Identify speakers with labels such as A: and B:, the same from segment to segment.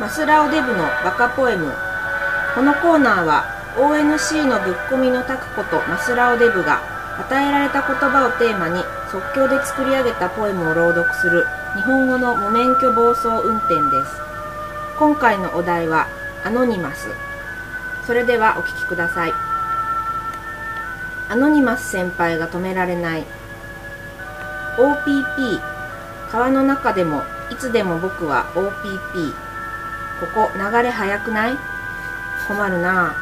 A: マスラオデブのバカポエムこのコーナーは ONC のぶっこみのタクことマスラオデブが与えられた言葉をテーマに即興で作り上げたポエムを朗読する日本語の無免許暴走運転です今回のお題はアノニマスそれではお聞きくださいアノニマス先輩が止められない OPP 川の中でもいつでも僕は OPP ここ流れ早くない困るな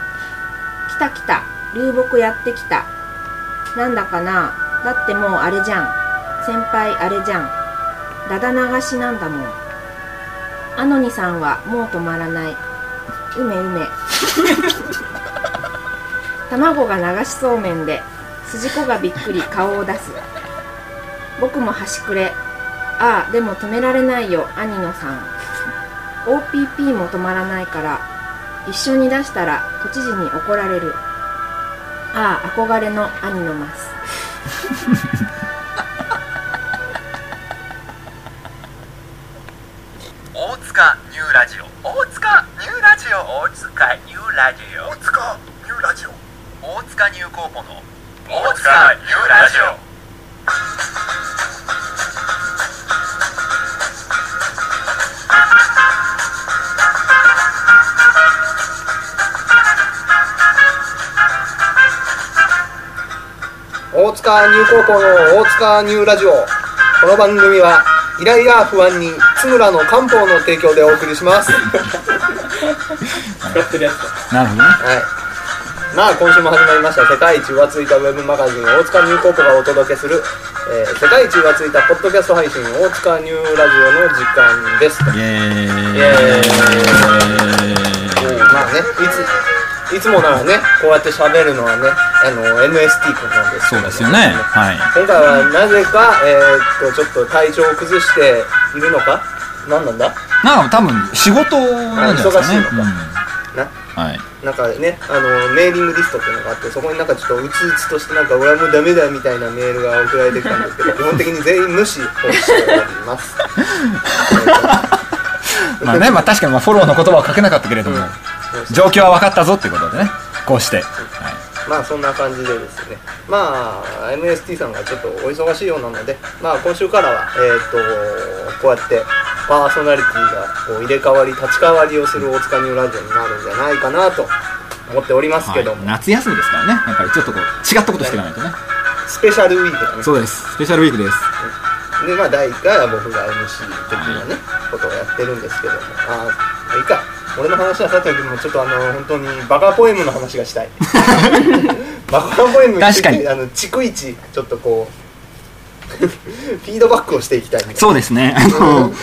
A: 来た来た流木やってきたなんだかなだってもうあれじゃん先輩あれじゃんだだ流しなんだもんアノニさんはもう止まらないうめうめ卵が流しそうめんで筋子がびっくり顔を出す僕も端くれああでも止められないよ兄のさん OPP も止まらないから一緒に出したら都知事に怒られるああ憧れの兄のマス
B: 大塚ニューラジオ大塚ニューラジオ大塚ニューラジオ大塚ニューラジオ大塚ニューコーポの大塚ニューラジオ
C: 大塚ニュー高校の大塚ニューラジオこの番組はイライラ不安に津村の漢方の提供でお送りしますはい
D: 使ってるやつ
E: な
D: だ
E: るほどね。
C: まあ今週も始まりました世界一浮ついたウェブマガジン大塚ニュー高校がお届けする、えー世界一浮ついたポッドキャスト配信大塚ニューラジオの時間ですと
E: イエ
C: イ
E: ーイ。
C: エまあねいついつもならねこうやって喋るのはねあの MST 君なんですけ
E: そ
C: ど
E: うですよね。はい。
C: 今回はなぜか、えーっとちょっと体調を崩しているのか何なんだ
E: なんか多分仕事なんじゃないですか
C: あ忙
E: ね。
C: しいのかな
E: うん、はい。
C: なんかねあのメーリングリストっていうのがあってそこになんかちょっとうつうつとしてなんか俺はもうダメだみたいなメールが送られてきたんです けど基本的に全員無視をしており ます、
E: まあね、まあ確かにまあフォローの言葉はかけなかったけれども、状況は分かったぞっていうことでね、こうして。はい。
C: まあそんな感じでですねまあ MST さんがちょっとお忙しいようなのでまあ今週からはえーっ、とこうやってパーソナリティがこう入れ替わり立ち替わりをする大塚ニューラジオになるんじゃないかなと思っておりますけども、
E: はい夏休みですからね。やっぱりちょっとこう、違ったことしていかないとね。
C: スペシャルウィークだね
E: そうです。スペシャルウィークです。
C: でまあ第1回は僕が MC 的なね、ことをやってるんですけどもああいいか俺の話はさておきもちょっとあの本当にバカポエムの話が したいバカポエムについて
E: 確かに
C: あの逐一ちょっとこう フィードバックをしていきたいみたいな
E: そうですね。あの、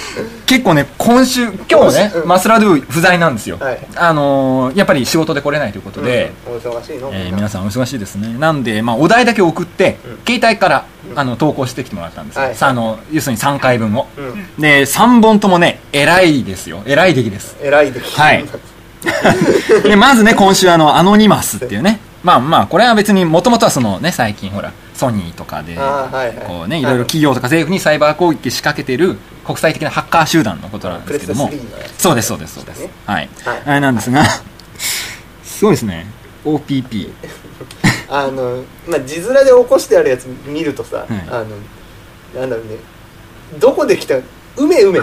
E: 結構ね、今週、今日ね
C: う、ん
E: マスラドゥ不在なんですよ。
C: はい
E: あのーやっぱり仕事で来れないということで、
C: うんお忙しいの、
E: えー
C: みんな
E: 皆さんお忙しいですねなんで、まあ、お題だけ送って、
C: うん
E: 携帯から、
C: うん
E: あの投稿してきてもらったんですよ、
C: はい
E: さあの要するに3回分を、
C: うん
E: で3本ともね偉いですよ偉い出来です
C: 偉いです
E: はいでまずね今週あのアノニマスっていうねまあまあこれは別にもともとはそのね最近ほらソニーとかで
C: あーはいはい
E: こうねいろいろ企業とか政府にサイバー攻撃仕掛けてる国際的なハッカー集団のことなんですけども
C: プレステ3のやつ
E: そうですそうですそうです、
C: ね
E: はい、
C: はい
E: あれなんですがすごいですね OPP
C: あの、まあ、字面で起こしてあるやつ見るとさ、
E: うん
C: あのなんだろうねどこで来たうめう め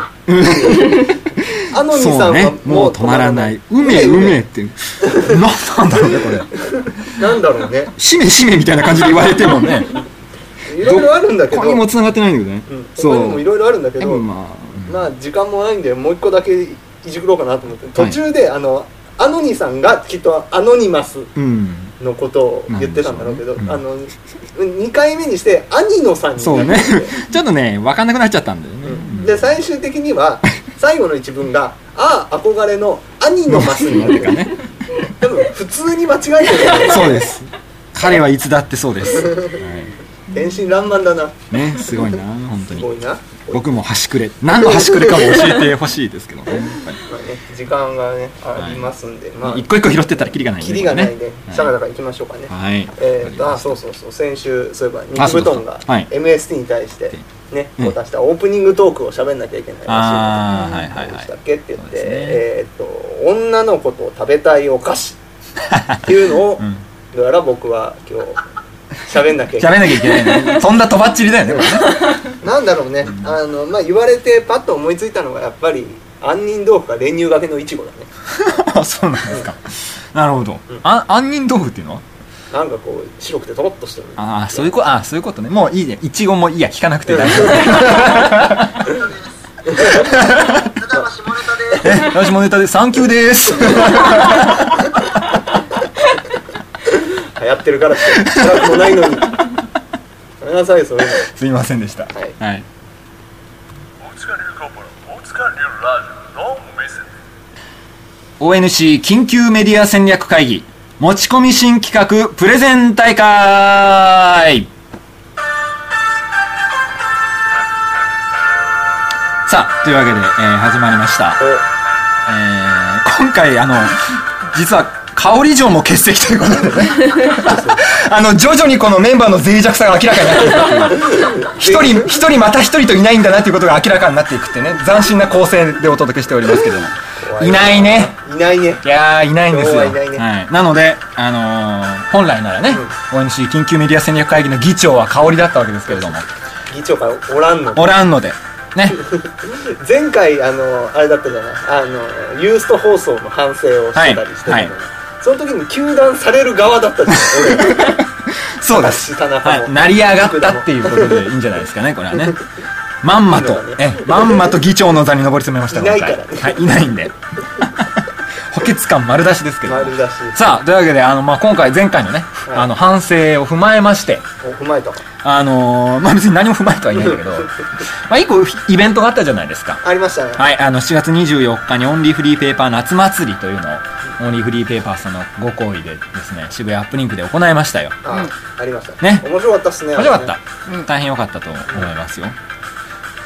C: あのにさ
E: そ
C: ん
E: うね
C: は
E: もう止まらない「うめうめ」っていう 何なんだろうねこれ
C: なんだろうね
E: 「しめしめ」みたいな感じで言われてもね
C: いろいろあるんだけ
E: こ
C: ど
E: こにも繋がってないんだけどね、
C: うん他
E: そう
C: にもいろいろあるんだけ
E: で
C: ど
E: も
C: ま
E: まあ
C: あ時間もないんでもう一個だけいじくろうかなと思って途中で、あのアノニさんがきっとアノニマス
E: うん
C: のことを言ってたんだろうけど、あ
E: なん
C: の2回目にして兄のさんになっ
E: そ
C: て
E: う
C: て
E: ねちょっとね分かんなくなっちゃったんだよね、
C: で最終的には最後の一文が「ああ憧れの兄のマス」になってる多分普通に間違えてるよね
E: そうです彼はいつだってそうです、は、
C: 天真爛漫だない
E: ねすごいな本
C: す
E: 当に
C: ごいな、ま
E: 僕も端くれ何の端くれかも教えてほしいですけどねやっぱり
C: あね、時間がね
E: い
C: ありますんで、ま
E: 一
C: あ
E: 個一個拾ってたらキリがないん
C: キリがないん
E: こ
C: で、
E: れね
C: シャカシャカいきましょうかね、
E: はい、
C: えー、とあ
E: わかりま
C: そう
E: した
C: そうそう先週そういえば
E: あ
C: 肉
E: そう
C: 布
E: そう
C: 団が
E: はい
C: MST に対してね、
E: うん
C: こう出したオープニングトークを喋んなきゃいけないらしいの
E: ああはいはい
C: でどう
E: は
C: し
E: い
C: たっけって言っ
E: そう
C: て、
E: で
C: えーっと女の子と食べたいお菓子っていうのを、
E: うん
C: だから僕は今日喋んなきゃいけな
E: 喋
C: い
E: んなきゃいけないね。とんだとばっちりだよね、これね。
C: なんだろうね、あのまあ言われてパッと思いついたのがやっぱり杏仁豆腐か練乳がけのいちごだね
E: あ そうなんですか。なるほど
C: うん。
E: あ、杏仁豆腐っていうのは
C: なんかこう白くてとろっとしてる
E: ああ、そういうこと、あそういうことね。もういいね。いちごもいいや、聞かなくて大丈夫。
B: 本当です。津田は下ネタです。
E: え、私もネタで、サンキューでーす。
C: 流行ってるからして辛くもないのにやめなさいそういうの
E: すいませんでした。
C: はい
E: はい。
B: 大塚流コーポロ、大塚流ラジオの目線。
E: ONC 緊急メディア戦略会議持ち込み新企画プレゼン大会さあというわけで、えー始まりました、えー今回あの実は香り城も欠席ということでね あの徐々にこのメンバーの脆弱さが明らかになっていく一人一人また一人といないんだなということが明らかになっていくってね斬新な構成でお届けしておりますけども
C: 怖い
E: いないね
C: いないね
E: いやーいないんですよ
C: 今日はいないね
E: い、なので、あのー本来ならね、ONC 緊急メディア戦略会議の議長は香りだったわけですけれども
C: 議長からおらんの
E: おらんのでね
C: 前回あのあれだったじゃないあのユースト放送の反省をしてたりしてたのに、
E: はい
C: その時に糾弾される側だ ったじゃない俺が
E: そうです、
C: 田中も
E: はい、成り上がったっていうことでいいんじゃないですかねこれはねまんまと
C: いいのが
E: えまんまと議長の座に上り詰めました
C: いないから
E: 今回はい、いないんで 補欠感丸出しですけど
C: 丸出し
E: さあというわけであの、まあ、今回前回のね、
C: い
E: あの反省を踏まえまして
C: お踏まえたか
E: あのーまあ別に何も踏まえてはいないんだけどまあ一個イベントがあったじゃないですか
C: ありましたね、
E: はい、あの7月24日にオンリーフリーペーパー夏祭りというのをオンリーフリーペーパーさんのご好意でですね渋谷アップリンクで行いましたよ
C: あありました
E: ね
C: 面白かったっすね
E: 面白かった、
A: あれねうん
E: 大変良かったと思いますよ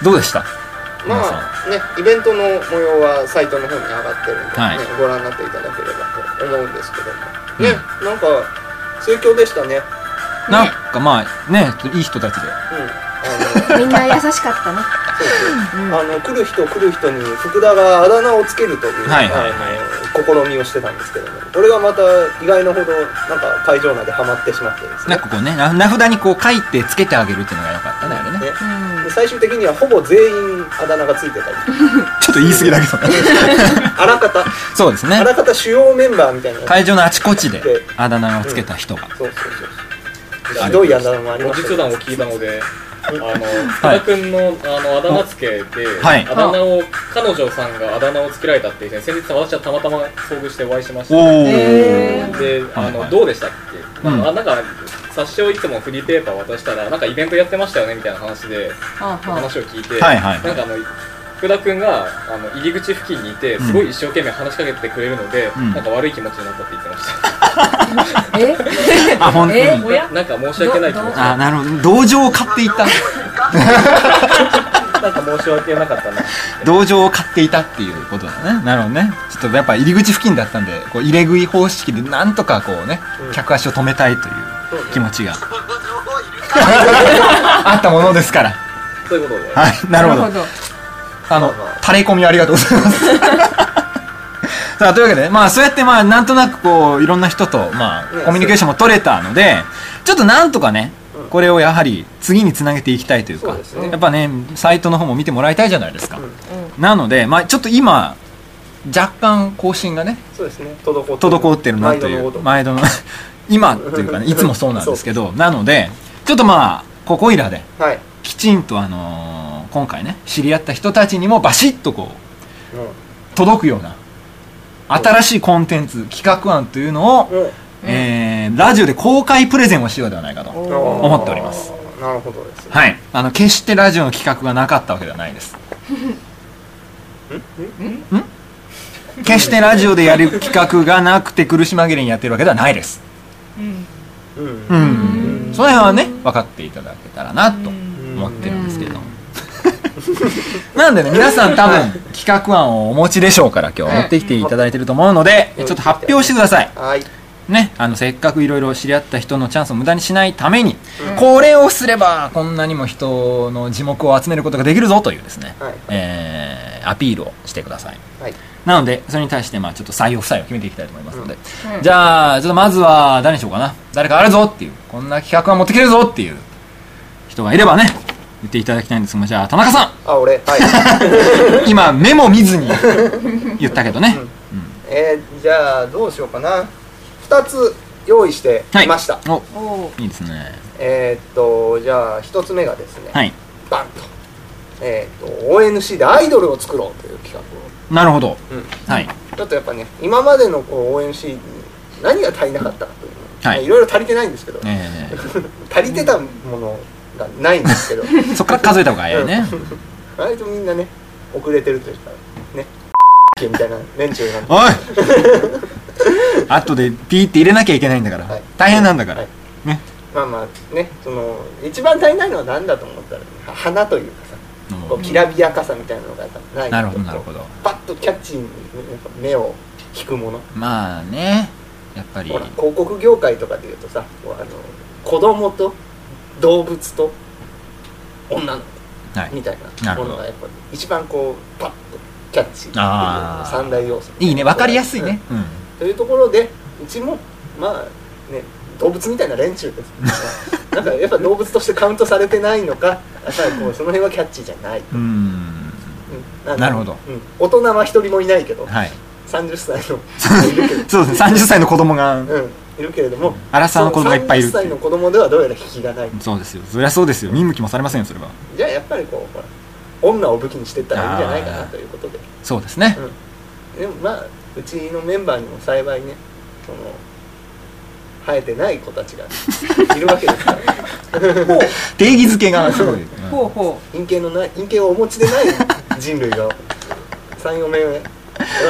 E: どうでした
C: あれね
E: 皆さん、
C: まあねイベントの模様はサイトの方に上がってるんで、ね
E: はい
C: ご覧になっていただければと思うんですけども
E: うん
C: ね、なんか盛況でしたねうん
E: なんかまあねいい人たちで
C: あの
A: みんな優しかったね。うん
C: あの来る人来る人に福田があだ名をつけるという、
E: はい
D: はい
C: あの試みをしてたんですけどもこれがまた意外なほどなんか会場内でハマってしまってですね
E: なんかこうねな名札にこう書いてつけてあげるっていうのが良かったねあれね
C: ね
A: うん
C: で最終的にはほぼ全員あだ名がついてたり
E: ちょっと言い過ぎだけどね
C: あらかた
E: そうです
C: あ
E: ね
C: らかた主要メンバーみたいな
E: 会場のあちこちであだ名をつけた人が、
C: そうそうそうひどいあだ名もあり
D: 後
C: ました
D: 日談を聞いたので、あの、福田くんの、あの、あだ名付けで、
E: はい
D: あだ名を、彼女さんがあだ名をつけられたっていうね、先日私はたまたま遭遇してお会いしました。
E: おお、
A: へー
D: で、あ
E: はいは
D: の、
E: い
D: どうでしたっけ、
E: うん
D: あなんか、冊子をいつもフリーペーパー渡したら、なんかイベントやってましたよねみたいな話で、
A: はあは
D: 話を聞いて、
E: はいはいはい
D: なんかあの福田君があの入り口付近にいて
E: うん
D: すごい一生懸命話しかけてくれるので、
E: ん
D: なんか悪い気持ちになったって言ってました、
A: あえ
E: あ本当に
A: えおや
D: なんか申し訳ない気持ち
E: あ
D: な
E: なるほど同情を買っていた
D: んか申し訳なかったな
E: 同情を買っていたっていうことだねなるほどねちょっとやっぱ入り口付近だったんでこう入れ食い方式でなんとかこうね、
C: うん
E: 客足を止めたいという
C: そうね
E: 気持ちが
B: おいるか
E: あったものですから
D: そういうことで、
E: はいなるほど
A: ど。
E: あの垂れ込みありがとうござ いますさあというわけでね、まあ、そうやってまあなんとなくこういろんな人とまあ
C: うん
E: コミュニケーションも取れたのでちょっとなんとかね
C: うん
E: これをやはり次につなげていきたいという
C: そ
E: か
C: うですね
E: やっぱねサイトの方も見てもらいたいじゃないですか、
C: うん
A: うん
E: なので、まあ、ちょっと今若干更新がね
C: そうですね滞って
E: 滞ってるなと
C: 毎
E: い
C: 度のご
E: う
C: とく
E: 毎度の 今というかねいつもそうなんですけどなのでちょっとまあここいらで
C: はい、
E: きちんとあのー今回ね知り合った人たちにもバシッとこう届くような新しいコンテンツ企画案というのを、
C: うんうん
E: えーラジオで公開プレゼンをしようではないかと
A: おー
E: っております
C: なるほどですね
E: はいあの決してラジオの企画がなかったわけではない です決してラジオでやる企画がなくて苦し紛れにやってるわけではないです
A: うん
C: うん
E: う
C: うんん
E: その辺はね分かっていただけたらなと
C: うん
E: 思ってるんですけども なんでね皆さん多分企画案をお持ちでしょうから今日持ってきていただいてると思うので
C: うん
E: ちょっと発表してください
C: はい
E: ね、あのせっかくいろいろ知り合った人のチャンスを無駄にしないために、これをすればこんなにも人の耳目を集めることができるぞというですね、
C: はい
E: えーアピールをしてください
C: はい
E: なのでそれに対してまあちょっと採用不採用を決めていきたいと思いますので、
A: うん
E: じゃあちょっとまずは誰にしようかな誰かあるぞっていうこんな企画は持ってきてるぞっていう人がいればね言っていただきたいんですがじゃあ田中さん
C: あ俺 はい
E: 今目も見ずに言ったけどね、
C: えー、じゃあどうしようかな2つ用意して
E: はい
C: きました、
E: お
A: おお
E: いいですね
C: えー、っとじゃあ1つ目がですね、
E: はい
C: バンと,、えー、っと ONC でアイドルを作ろうという企画を
E: なるほど、
C: うん
E: はい
C: ちょっとやっぱね今までのこう ONC に何が足りなかったかというの、
E: はい
C: いろいろ足りてないんですけど、
E: え
C: 足りてたものがないんですけ ど
E: ー、そっから数えた方が早いね、
C: 割とみんなね遅れてるというか ねみたいな連中なんで
E: おい後でピーって入れなきゃいけないんだから、
C: はい
E: 大変なんだから、
C: はい
E: ね
C: まあまあねその一番足りないのは何だと思ったら、ね、花というかさこうきらびやかさみたいなのがない
E: なるほどなるほど
C: パッとキャッチーにやっぱ目を引くもの
E: まあねやっぱり
C: ほら広告業界とかでいうとさこうあの子供と動物と女の子
E: はい
C: みたい
E: な
C: な
E: る
C: も
E: ほ
C: の
E: ど
C: がやっぱ一番こうパッとキャッチーっていう
E: あー
C: 三大要素
E: いいね分かりやすいね、うん
C: というところでうちもまあね動物みたいな連中です なんかやっぱ動物としてカウントされてないのかやっぱりこうその辺はキャッチーじゃない、
E: うー
C: う
E: ん
C: んんか
E: なるほど
C: うん、大人は一人もいないけど
E: はい
C: 30歳の いるけど
E: そうですね30歳の子供が
C: うんいるけれども
E: アラサーの子供がいっぱいいる
C: その30歳の子供ではどうやら引きがない
E: そうですよそりゃそうですよ見向きもされませんよそれは
C: じゃあやっぱりこうほら女を武器にしていったらいいんじゃないかなということで
E: そうですね、
C: でもまあうちのメンバーにも幸いねその生えてない子たちがいるわけですから
E: 定義づけがすごい、
A: ほうほ
C: 陰茎のない陰茎をお持ちでない人類が34名おられ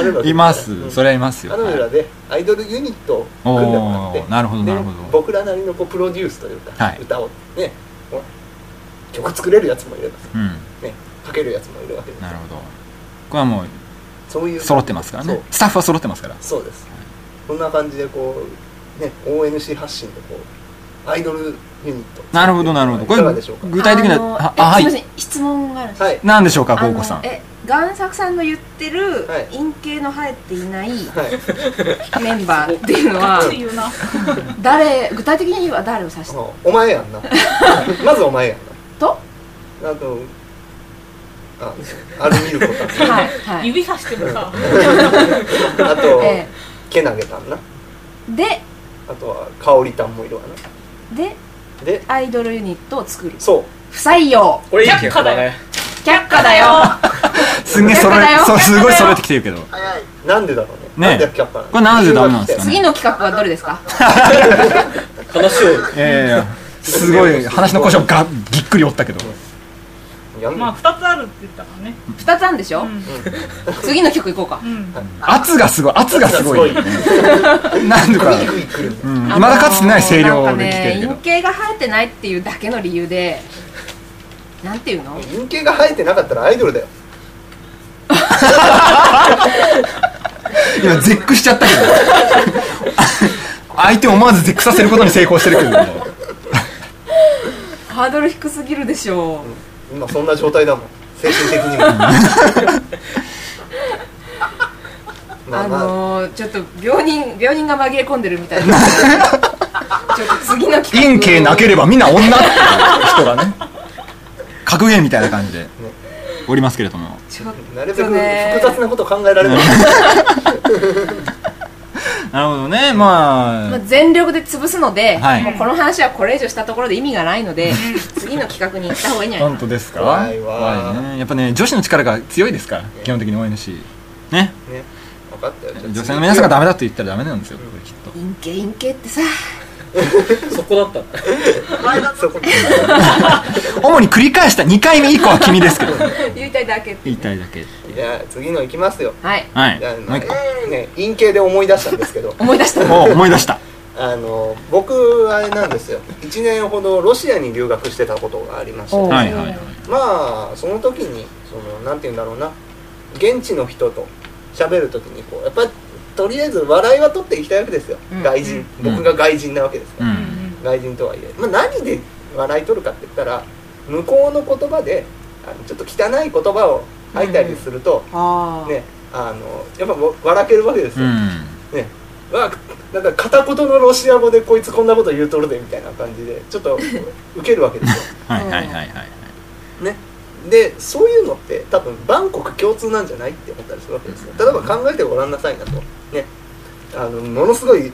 C: るわけ
E: います、そ
C: れ
E: れはいますよ、
C: 彼女らでアイドルユニットを組んでもらっ
E: おー
C: て
E: なるほど
C: で
E: なるほど
C: 僕らなりのこうプロデュースというか、
E: はい
C: 歌をねほら曲作れるやつもいれば
E: うん
C: ね書けるやつもいるわけです
E: なるほどこれはも
C: そういう
E: う揃ってますからねスタッフは揃ってますから
C: そうそうですこんな感じでこうね ONC 発信でこうアイドルユニット
E: なるほどなるほどこ
C: い
E: れ
C: かがでしょうか
A: う
E: 具体的な
A: あの
E: あ
A: え
E: あは
A: すみ
E: い
A: ません質問があるんです
C: はい
E: 何でしょうか豪子さ
A: あ
E: ん
A: のえ贋作さんの言ってる
C: はい
A: 陰茎の生えていない
C: は い
A: メンバーっていうのは
F: 言うな
A: 誰具体的には誰を指してる
C: あお前やんな まずお前やん
A: と
C: なあとあアルミルコ タン
A: はいはい
F: 指さしてもさ
C: あと、
A: え
C: けなげたんな
A: えで
C: あとは香りたんもいるわな
A: で
C: で
A: アイドルユニットを作る
C: そう
A: 不採用
D: これいい企画だね
A: 却下だよ
E: すんげえ揃え
A: 逆だよ
E: そうすごい揃えてきてるけど
C: なんでだろうね
E: ね
C: な
E: え
C: んでキャッパ
E: これなんでダメなんですかね
A: 次の企画はどれですか
D: 話を
E: いやいやいやすごい話の腰をがぎっくり折ったけど
C: やめ
F: まあ2つあるって言ったからね
A: 2つあるんでしょ次の曲いこうか
F: うん
E: 圧がすごい圧がすごい
C: 圧が
E: なんとか
C: グイグイ来る
E: うん未だかつてない声量で来てるけ
A: なんかね陰
E: ど
A: 茎が生えてないっていうだけの理由でなんていうの
C: 陰茎が生えてなかったらアイドルだよ
E: 今絶句しちゃったけど相手を思わず絶句させることに成功してるけども
A: ハードル低すぎるでしょ
C: 今そんな状態だもん精神的に もま
A: あ
C: あまあ、
A: のー、ちょっと病人病人が紛れ込んでるみたい なちょっと次の企画
E: 陰茎なければみんな女っていう人がね格言みたいな感じでおりますけれども
A: ちょっ
C: なるべく
A: とね
C: 複雑なこと考えられない、
E: なるほどねま
A: まあ
E: あ、
A: 全力で潰すので、
E: はい
A: もうこの話はこれ以上したところで意味がないので次の企画に行った方がいいんじゃない
E: 本
A: か
E: 当ですか
C: 怖いわ
E: 怖いねやっぱね女子の力が強いですから基本的に ONC ね
C: ね、分かったよじゃあ次
E: 女性の皆さんがダメだと言ったらダメなんですよこれきっと
A: 陰茎陰茎ってさ
D: そこだったんだ
C: そこ
E: 主に繰り返した2回目以降は君ですけど
A: 言いたいだけ
E: 言いたいだけ
C: じゃあ次の行きますよ
A: はい
E: はい
C: じゃあ、
E: も
C: まあ
E: う一個
C: ね、陰茎で思い出したんです けど
A: 思い出した
E: お思い出した
C: あの僕あれなんですよ1年ほどロシアに留学してたことがありまして
A: おう
E: はいはいはい
C: まあその時にそのなんて言うんだろうな現地の人と喋る時にこうやっぱとりあえず笑いは取っていきたいわけですよ、
A: うん
C: 外人、
E: うん
C: 僕が外人なわけですか
E: う
C: ら、
E: ん
C: 外人とはいえ、まあ、何で笑い取るかって言ったら向こうの言葉であのちょっと汚い言葉を吐いたりすると、
A: ああ、
C: ねあのやっぱわ笑けるわけです
E: う
C: よ、
E: ん
C: わなんか片言のロシア語でこいつこんなこと言うとるでみたいな感じでちょっとウケるわけですよ
E: はいはいはいはいはい
C: ねでそういうのって多分バンコク共通なんじゃないって思ったりするわけですよ例えば考えてごらんなさいなとねあのものすごいね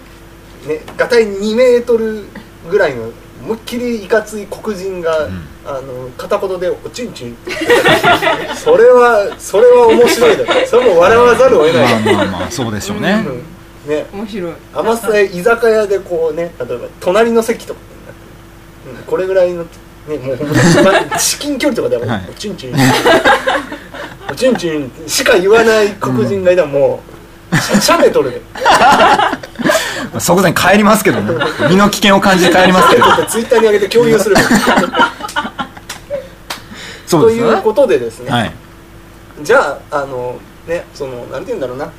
C: がたい2メートルぐらいの思いっきりいかつい黒人が、
E: うん
C: あの片言で「おちんちん」って言ってた それはそれは面白いだろそれも笑わざるを得ないだろ
E: まあまあまあそうでしょうね
C: うんね
A: 面白い。
C: 甘さ居酒屋でこうね例えば隣の席とかになって、うん、これぐらいのねもうほんと至至近距離とかでも、
E: はい
C: おちんちんおちんちんしか言わない黒人がいたらもうしゃしゃべとるで
E: 即座に帰りますけどね身の危険を感じて帰りますけど
C: ツイッターに上げて共有する
E: そう
C: と
E: です
C: い
E: よ
C: う
E: ね
C: ことでですね、
E: はい
C: じゃああのねそのなんて言うんだろうな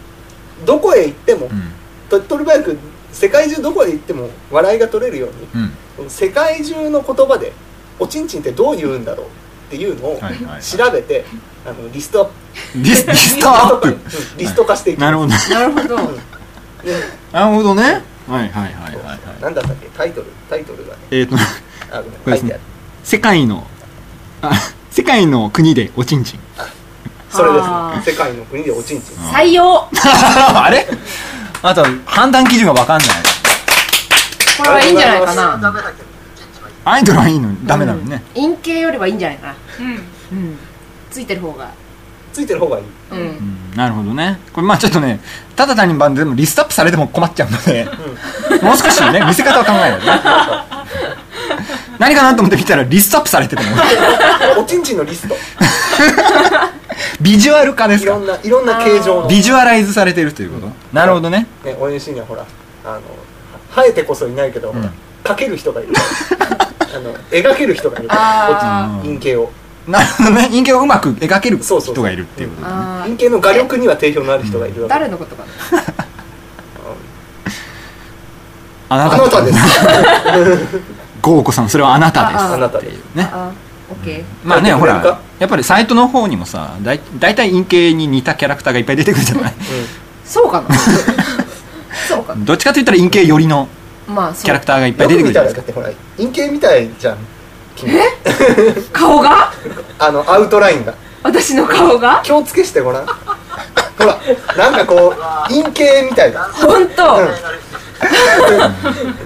C: どこへ行っても、
E: うん
C: 鳥取バイク世界中どこへ行っても笑いが取れるように
E: うん
C: 世界中の言葉でおちんちんってどう言うんだろうっていうのを
E: はいはい
C: 調べてあのリストアップ
E: リスリストアッ
C: リ
E: プ
C: ストアップうんリスト化していく
E: なるほど
A: なるほど。
E: なるほどねはいはいはいはいはい
C: なんだったっけタイトルタイトルがね
E: えっと
C: あごめん
E: これで
C: 書
E: す
C: いてあ
E: ね
C: る
E: 世界のあ世界の国でおちんちん
C: それです
A: あー
C: ね世界の国でおちんちん
A: 採用こ
E: あれあと判断基準が分かんない
A: れはいいんじゃないかな。
B: メだけど現地はいい
E: アイドルはいいのにダメなのね
A: うん。陰形よりはいいんじゃないかな。
F: うん
A: うん。ついてる方が。
C: ついてる方がいい
A: うん。
E: うんなるほどねこれまあちょっとねただ単に番でもリストアップされても困っちゃうのでもう少しね見せ方を考えようね何かなと思って見たらリストアップされ てても
C: おちんちんのリスト
E: ビジュアル化で
C: い
E: す
C: ろ
E: か
C: んないろんな形状の、ね、
E: ビジュアライズされてるということなるほどね
C: ONC にはほらあの生えてこそいないけど、
E: うん
C: 描ける人がいる あの描ける人がいる
A: あ
E: ー
C: 陰形を
E: な るほどね人間をうまく描ける
C: そうそうそう
E: 人がいるっていうことだね
A: あ
C: 陰形の画力には定評のある人がいる
A: あ。
C: わけ
A: 誰のことかな。
E: あ
C: あなたです
E: ゴーコさんそれはあなたです
A: あ
C: あなたです
E: ね
A: あー、オッケー。
E: まあね
C: 書いて
E: ほ
C: くれる
E: ら
C: か
E: やっぱりサイトの方にもさだい大体陰形に似たキャラクターがいっぱい出てくるじゃない
A: そうかな。そうかな。
E: どっちかといったら陰形寄りの
A: まあ、そう
E: キャラクターがいっぱ
C: よ
E: い出
C: く
E: てく
C: 見
E: るじ
C: たらだっ
E: ゃないで
C: て
E: す
C: ほら陰形みたいじゃん君
A: 顔が
C: あのアウトラインが
A: 私の顔が
C: 気をつけしてごらんほらなんかこう陰形みたいだ
A: 本当。
C: うん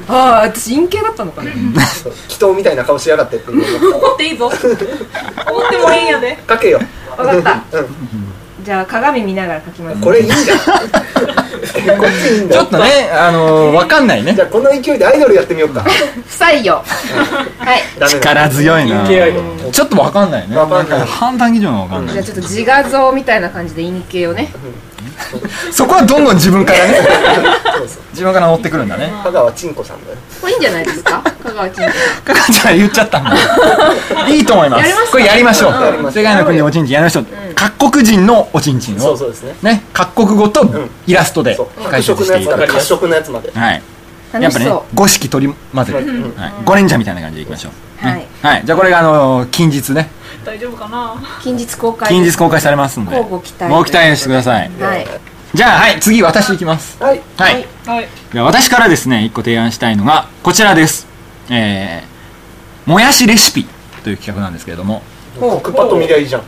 A: ああ、私陰形だったのかな。
C: そう祈祷みたいな顔しやがってっていうの
F: 思っていいぞ思ってもいいんやで
C: 書けよ、
A: わかった。
C: う
A: じゃあ鏡見ながら描きま
C: ん、
A: す。
C: これいいんじゃんこっちいいん
E: ち
C: だ
E: ょっとねあのーわかんないね
C: じゃあこの勢いでアイドルやってみようか
A: 不採用。はい。
C: ダメだ
E: 力強いな
D: 陰形アイド
C: ル
E: ちょっとわかんないね
C: わかんない
E: 判断基準がわかんな
A: じゃあ
E: い
A: ちょっと自画像みたいな感じで陰形をね。
E: そこはどんどん自分からね
C: そうそう
E: 自分から追ってくるんだね
C: 香川ちんこさんだよ
A: これいいんじゃないですか香川ちん。
E: かかちゃん言っちゃったんだいいと思いま
A: やります
E: す
A: か
E: これやりましょ
C: やりま
E: う
C: す
E: 世界の国のおちんちんやりましょう各国人のおちんちん
C: そ
E: を
C: うそうですね
E: ね各国語と
C: ん
E: イラストで
C: そう
E: 解
C: 白
E: 説
C: 色の
E: して
C: や
E: い
C: つ
E: た
C: か
E: だ
C: ら
E: き
C: 褐
E: ます
C: 色のやつまで
E: はい
A: 楽
E: やっぱ
A: し
E: ね
A: そ
E: 五色取り混ぜて
C: うん
E: はい五連チャンみたいな感じでいきましょう
A: はい
E: ねはいじゃあこれがあのー近日ね
F: 大丈夫かな
A: う。近日公開。
E: 近日公開されますんで
A: 乞うご期待
E: もう期待してください
A: はい。
E: じゃあはい次私いきます
C: はい
E: はい
F: はい
E: じゃあ私からですね一個提案したいのがこちらですえーもやしレシピという企画なんですけれども
C: コクパッと見りゃいいじゃんコ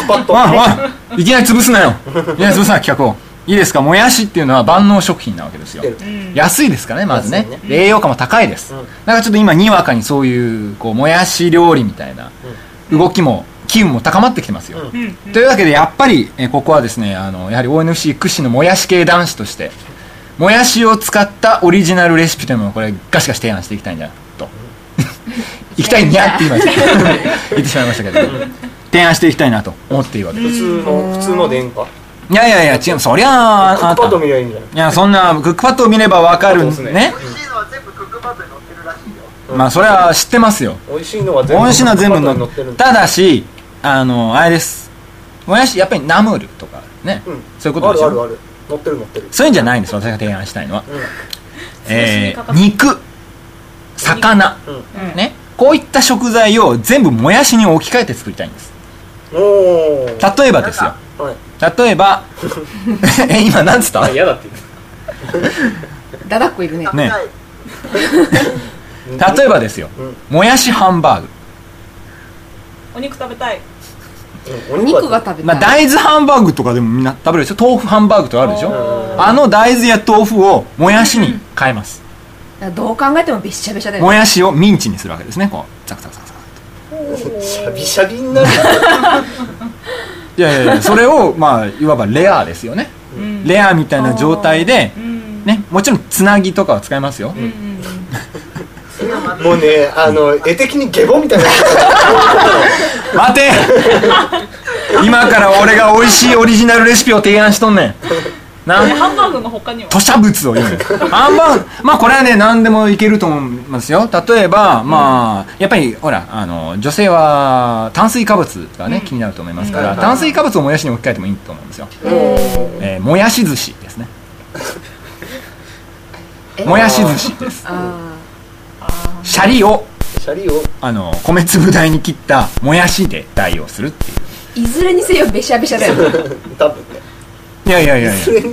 C: クパッと
E: わあわあいきなり潰すなよいきなり潰すな企画をいいですかもやしっていうのは万能食品なわけですよ
C: うん
E: 安いですからねまずね
C: 安い
E: 栄養価も高いです、
C: うん
E: だからちょっと今にわかにそういうこうもやし料理みたいな動きも機運も高まってきてますよ、
C: うん
F: うんうん
E: というわけでやっぱり、えーここはですねあのやはり ONC 屈指のもやし系男子としてもやしを使ったオリジナルレシピというのもこれガシガシ提案していきたいんじゃと行きたいにゃって言 いました言ってしまいましたけど提案していきたいなと思っているわけで
C: 普
E: す
C: 通の普通の電化コ
E: いやいやいや違うそりゃああ
C: ク
E: な
C: パッ
E: た
C: と見りゃいいんじゃん
E: いやそんなクックパッドを見ればわかるん
D: そうです
E: ね
B: 美味しいのは全部クックパッドに載ってるらしいよ
E: まあそれは知ってますよ
C: 美味しいのは全部
E: 美味しいのは全部
C: コクパッ
E: の
C: ドに載ってるんだ
E: ただしあのあれですもやしやっぱりナムルとかね、
C: うん
E: そういうことでしょ
C: あるあるある乗ってる乗ってる
E: そういうんじゃないんです私が提案したいのは、え
F: 楽しみ
E: ー
F: 方
E: 肉魚、
C: うん
E: ねこういった食材を全部もやしに置き換えて作りたいんです
C: おー
E: 例えばですよ
C: はい
E: 例 えばえ今何つった
D: あ嫌だって言って
A: だだっこいるね
E: ね例えばですよ
C: うん
E: もやしハンバーグ、
F: お肉食べたい
C: う
A: お
C: んお
A: 肉
C: 肉
A: が
C: は
A: 食べ
E: まあ、
A: たい
E: 大豆ハンバーグとかでもみんな食べるでしょ豆腐ハンバーグとかあるでし
F: お
E: ょ
F: ー
E: あの大豆や豆腐をもやしに変えます
A: どう考えてもべっしゃべしゃだよ
E: も
A: ね
E: やしをミンチにするわけですねこうザクザクザクザク
C: シャビシャビになる
E: いやいやいやそれをまあいわばレアですよね
F: うん
E: レアみたいな状態で
F: うん
E: ねもちろんつなぎとかは使いますよ
F: うんうん
C: もうねあの絵的にゲボみたいな
E: 待て今から俺が美味しいオリジナルレシピを提案しとんねんな
F: えハンバーグの他には
E: 土砂物を言うのよハンバーグまあこれはね何でもいけると思いますよ例えばまあ、やっぱりほらあの女性は炭水化物がね、
F: うん
E: 気になると思いますか
C: うん
E: ら、
C: はいはい
E: 炭水化物をもやしに置き換えてもいいと思うんですよ、えーもやし寿司ですね
A: え
E: もやし寿司です
A: あ
E: シャリを
C: シャリを
E: あの米粒大に切ったもやしで代用するってい
A: ー
E: う
A: いずれにせよべしゃべしゃだよね
C: 多分ね
E: いやいやいやいや
C: それに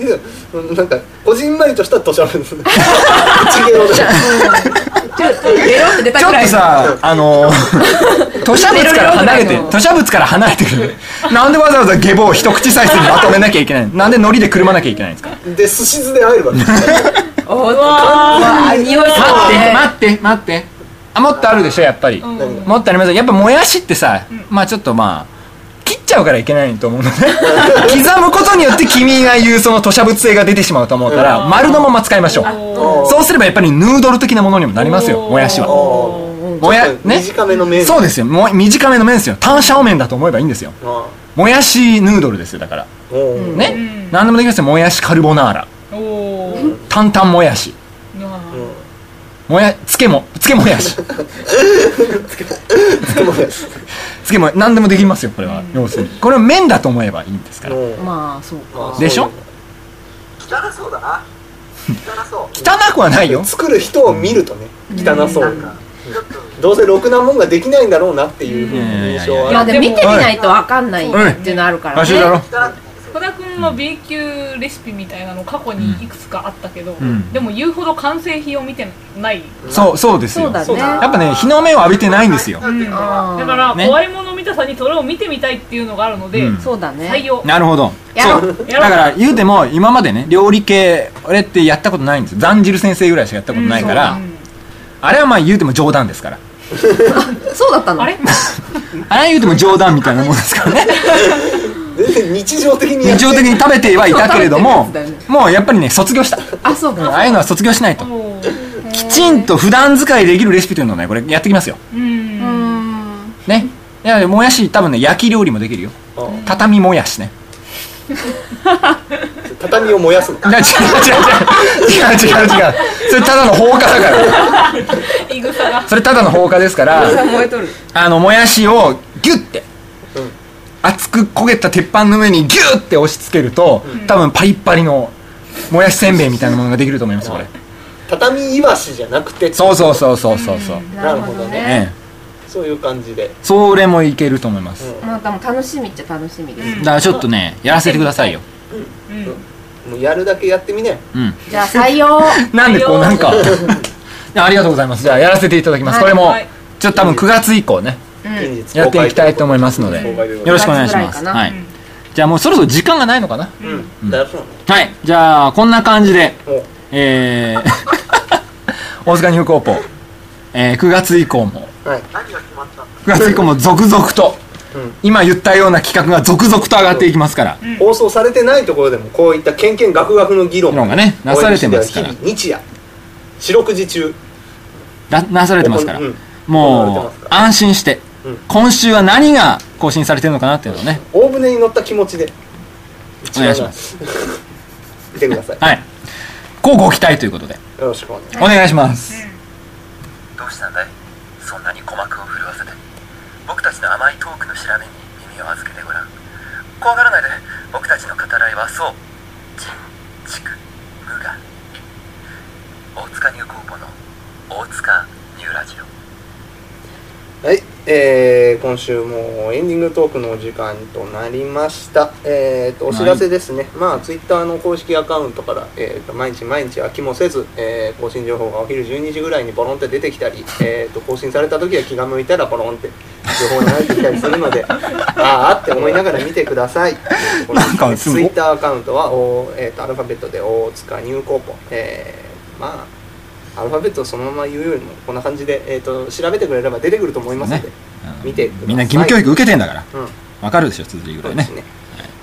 C: うんなんかこじんまりとした土砂物一芸をね
A: ちょっとベロって出た
E: ちょ
A: く
E: っ
A: ら
E: と
A: い
E: さ、あのー、土砂物から離れて、土砂物から離れてくる。なんでわざわざゲボを一口サイズにまとめなきゃいけないのなんで海苔でくるまなきゃいけないんですか
C: で寿司酢で入るわけ
A: おーうわー匂い
E: 待
A: そう
E: って、
A: ね
E: 待って、待って。あ、もっとあるでしょ、やっぱり。
F: うん
C: 何が
E: もっとありますよやっぱもやしってさ、まあちょっとまあ、切っちゃうからいけないと思うのね。 刻むことによって君が言うその土砂物性が出てしまうと思うから、丸のまま使いましょう。
F: お
E: そうすればやっぱりヌードル的なものにもなりますよ、もやしは。
C: おー
E: もや、ね。
C: 短めの麺
E: そうですよ。もう短めの麺ですよ。単シャオ麺だと思えばいいんですよ。
C: あ
E: もやしヌードルですよ、だから。
C: ーおー
E: ね。
F: うん
E: 何でもできますよ。もやしカルボナーラ。
F: ーおー
E: 担々もやし。
F: うわー
C: うん
E: もや、つけも、つけもやし。
C: でもね
E: つけも、何でもできますよ、これは。要するに。これを麺だと思えばいいんですから。
C: うん
A: まあそう
C: まあ
A: か
E: でしょ
B: 汚そうだな汚そう
E: 汚くはないよ。
C: 作る人を見るとね汚そう
B: なんかちょっと
C: どうせろくなもんができないんだろうなっていう印象
A: いや
C: は
A: でも見てみないとわかんないっていうのあるから
E: 場所
A: ね
E: だろ。
B: 汚くて
F: 福田君の B 級レシピみたいなの過去にいくつかあったけど、
E: ん
F: でも言うほど完成品を見てない、
E: そう、そうです
A: そ
E: よ。
A: うだ
E: やっ
A: ね
E: ぱね、日の目を浴びてないんですよ。
F: だ
A: あー
F: から、
E: ね
F: 終わり物見たさにそれを見てみたいっていうのがあるので、
E: うん
A: そうだ
F: 採
A: ね
F: 用
E: なるほど。
A: やろう
E: そう。だから、言うても、今までね、料理系、俺ってやったことないんですよ。ザンジル先生ぐらいしかやったことないから、
F: うん
E: あれはまあ言うても冗談ですから。
A: そうだったの
F: あれ
E: あれは言うても冗談みたいなもんですから ね。
C: 全然日常的にや
E: 日
C: って
E: 常的に食べてはいたけれども
A: そう食べてるやつだよね
E: もうやっぱりね卒業した
A: あそう
E: あ
A: か
E: あいうのは卒業しないと
F: おー
E: きちんと普段使いできるレシピというのをねこれやってきますよ
F: う
A: うー
F: ん
A: ん
E: ねいやもやし多分ね焼き料理もできるよ
C: うん
E: 畳もやしね
C: 畳を燃やすの
E: いや違う違う違う違う違う違うそれただの放火だから
F: いぐさが
E: それただの放火ですから
A: 燃えとる
E: あのもやしをギュッて
C: うん
E: 熱く焦げた鉄板の上にギュッて押し付けると多分パリッパリのもやしせんべいみたいなものができると思いますこれ
C: 畳いわしじゃなくて
E: そうそうそうそうそうそう
A: なるほど
C: な
A: ね
E: ええ
C: そういう感じで
E: それもいけると思います、
C: うん
A: まあでも楽しみっちゃ楽しみです
E: だからちょっとねやらせてくださいよ
F: うん
C: もうやるだけやってみね
E: うん
A: じゃあ採用
E: なんでこうなんか ありがとうございますじゃあやらせていただきますこれも
F: はい
E: ちょっと多分9月以降ね
A: うん
C: 近日
E: やっていきたいと思いますので
D: 公開でございます
E: よろしくお願いしま
A: 9月ぐ
E: す
A: らいかな
E: はい
F: うん
E: じゃあもうそろそろ時間がないのかな
C: うんうんだから
E: はいじゃあこんな感じで
C: もう
E: えー大塚ニューコーポ、えー、9月以降も
C: はい
B: 何が決まったんだ
E: 9月以降も続々と
C: うん
E: 今言ったような企画が続々と上がっていきますから
C: 放送されてないところでもこういったけんけんがくがくの議論
E: 議論がねなされてますから
C: 日々日夜四六時中
E: ななされてますから、
C: うん行われ
E: も
C: てます
E: う
C: か
E: 安心して、
C: うん
E: 今週は何が更新されてるのかなっていうのをね
C: 大船に乗った気持ちで
E: お願いします
C: す見てください
E: はいこうご期待ということで
C: よろしくお願い
E: お願いします、
B: どうしたんだいそんなに鼓膜を震わせて僕たちの甘いトークの調べに耳を預けてごらん怖がらないで僕たちの語らいはそう人
C: えー今週もエンディングトークのお時間となりました。えー、とお知らせですね、まあ、ツイッターの公式アカウントから、えー、と毎日毎日飽きもせず、えー更新情報がお昼12時ぐらいにボロンって出てきたり、えー、と更新された時は気が向いたらボロンって情報が流れてきたりするの であーあって思いながら見てください。
E: なんかすご
C: ツイッターアカウントは、おえー、とアルファベットで大塚入高校、えーまあアルファベットをそのまま言うよりもこんな感じで、えー、と調べてくれれば出てくると思いますので、
E: ねうん
C: 見てください
E: みんな義務教育受けてんだから
C: うん、
E: わかるでしょ綴りぐ
C: そ
E: ら
C: う
E: い
C: で
E: ね
C: すね。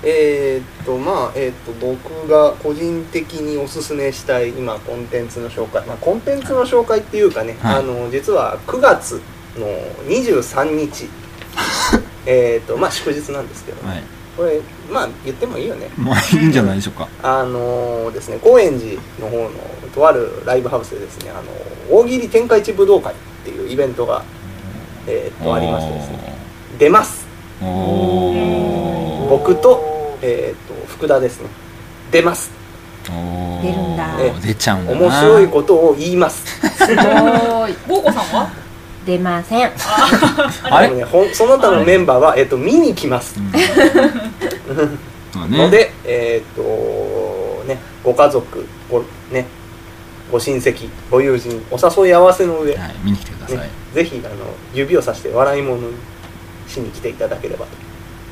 C: えーっとまあえーっと僕が個人的におすすめしたい今コンテンツの紹介、まあ、コンテンツの紹介っていうかね、
E: はい
C: あの実は9月の23日 えーっとまあ祝日なんですけど、
E: はい
C: これまあ言ってもいいよね
E: もういいんじゃないでしょうか
C: あのーですね高円寺の方のとあるライブハウスでですねあの大喜利天下一武道会っていうイベントが、えーっとありましてですね出ます
E: おーお
C: 僕と,、えー、と福田ですね出ます
E: ーおー
A: 出るんだ
C: ええ
E: 出ちゃうんだな
C: 面白いことを言います
A: すごい
F: 豪子さんは
A: 出ません
E: あれ
C: でもねほんその他のメンバーは、えー、と見に来ます
E: うんそう
C: の
E: だね
C: で、えっ、とねご家族ご,、ね、ご親戚ご友人お誘い合わせの上、
E: はい見に来てください
C: ね、ぜひあの指をさして笑い物にしに来ていただければと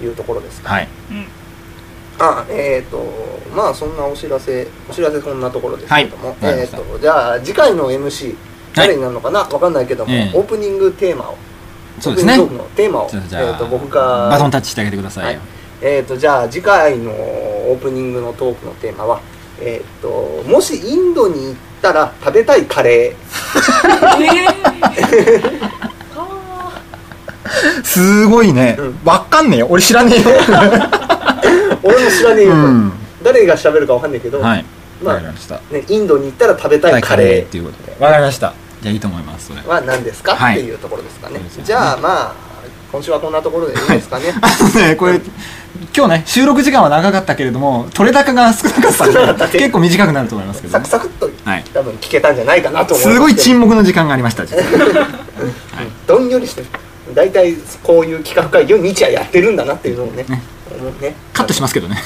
C: いうところです
E: はい
F: うん
C: あえっ、とまあそんなお知らせお知らせこんなところですけども、
E: はいわか
C: え
E: りま
C: っ、
E: した
C: とじゃあ次回の MC 誰になるのかな、わかんないけども、
E: ええ
C: オープニングテーマを
E: そうですね
C: オープニングトークのテーマを
E: ちょっとじ
C: え
E: ゃ
C: ー、
E: あ
C: と僕が
E: バトンタッチしてあげてくださいよ
C: はいえっ、とじゃあ次回のオープニングのトークのテーマはえっ、ともしインドに行ったら食べたいカレ
F: えー、あ
E: すごいね
C: うん
E: わかんねえよ俺知らねえよ
C: ー俺も知らね えよ、
E: うん
C: 誰が喋るかわかんないけど、
E: はい
C: ま
E: わ
C: あ
E: かりました
C: ね、インドに行ったら食べたいカレー
E: っていうことでわかりましたじゃあいいと思いますそれ
C: は何ですか、
E: はい
C: っていうところですかね
E: そうですね
C: じゃあまあ今週はこんなところでいいですかね、
E: あのね、これ、今日ね、収録時間は長かったけれども、取れ高が少なかったんで、結構短くなると思いますけど
C: サ
E: ね、
C: クサクっと
E: はい。
C: 多分聞けたんじゃないかなと思います
E: すごい
C: チー
E: 沈黙の時間がありました、実は
C: どんよりして大体こういう企画会議を日夜やってるんだなっていうのをね思うね
E: カットしますけどね。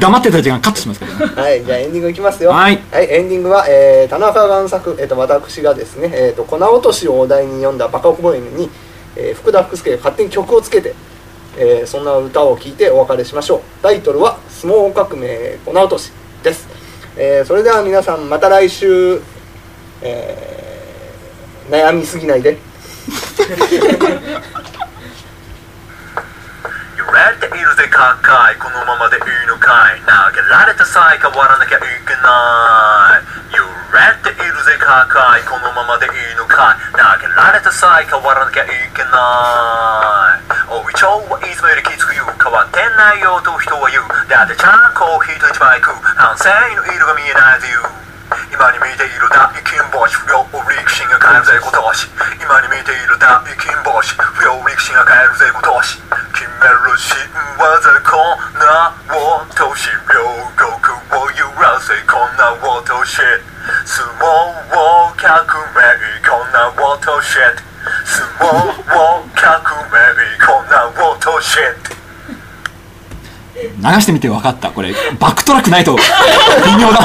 E: 黙ってた時間カットしますけどね。
C: はいじゃあエンディングいきますよ
E: はい
C: エンディングは、えー田中贋作、えー、と私がですね、えー、と粉落としをお題に読んだバカボエムに、えー福田福助が勝手に曲をつけて、えーそんな歌を聴いてお別れしましょうタイトルは「相撲革命粉落とし」です、えーそれでは皆さんまた来週、えー悩みすぎないで
B: 揺られているぜかっかいこのままでいいのかい投げられた際変わらなきゃいけない揺られているぜかっかいこのままでいいのかい投げられた際変わらなきゃいけないおいちょはいつもよりきつく言う変わってないよと人は言うだってちゃんコーヒーと一杯食う反省の色が見えないで言う今に見ているだ一金星不良力士が変えるぜ今年今に見ているだ一金星不良力士が変えるぜ今年決める新技こんな落とし両国を揺らせこんな落とし相撲を革命こんな落とし相撲を革命こんな落とし
E: 流してみて分かった。これ、バックトラックないと、微妙だ。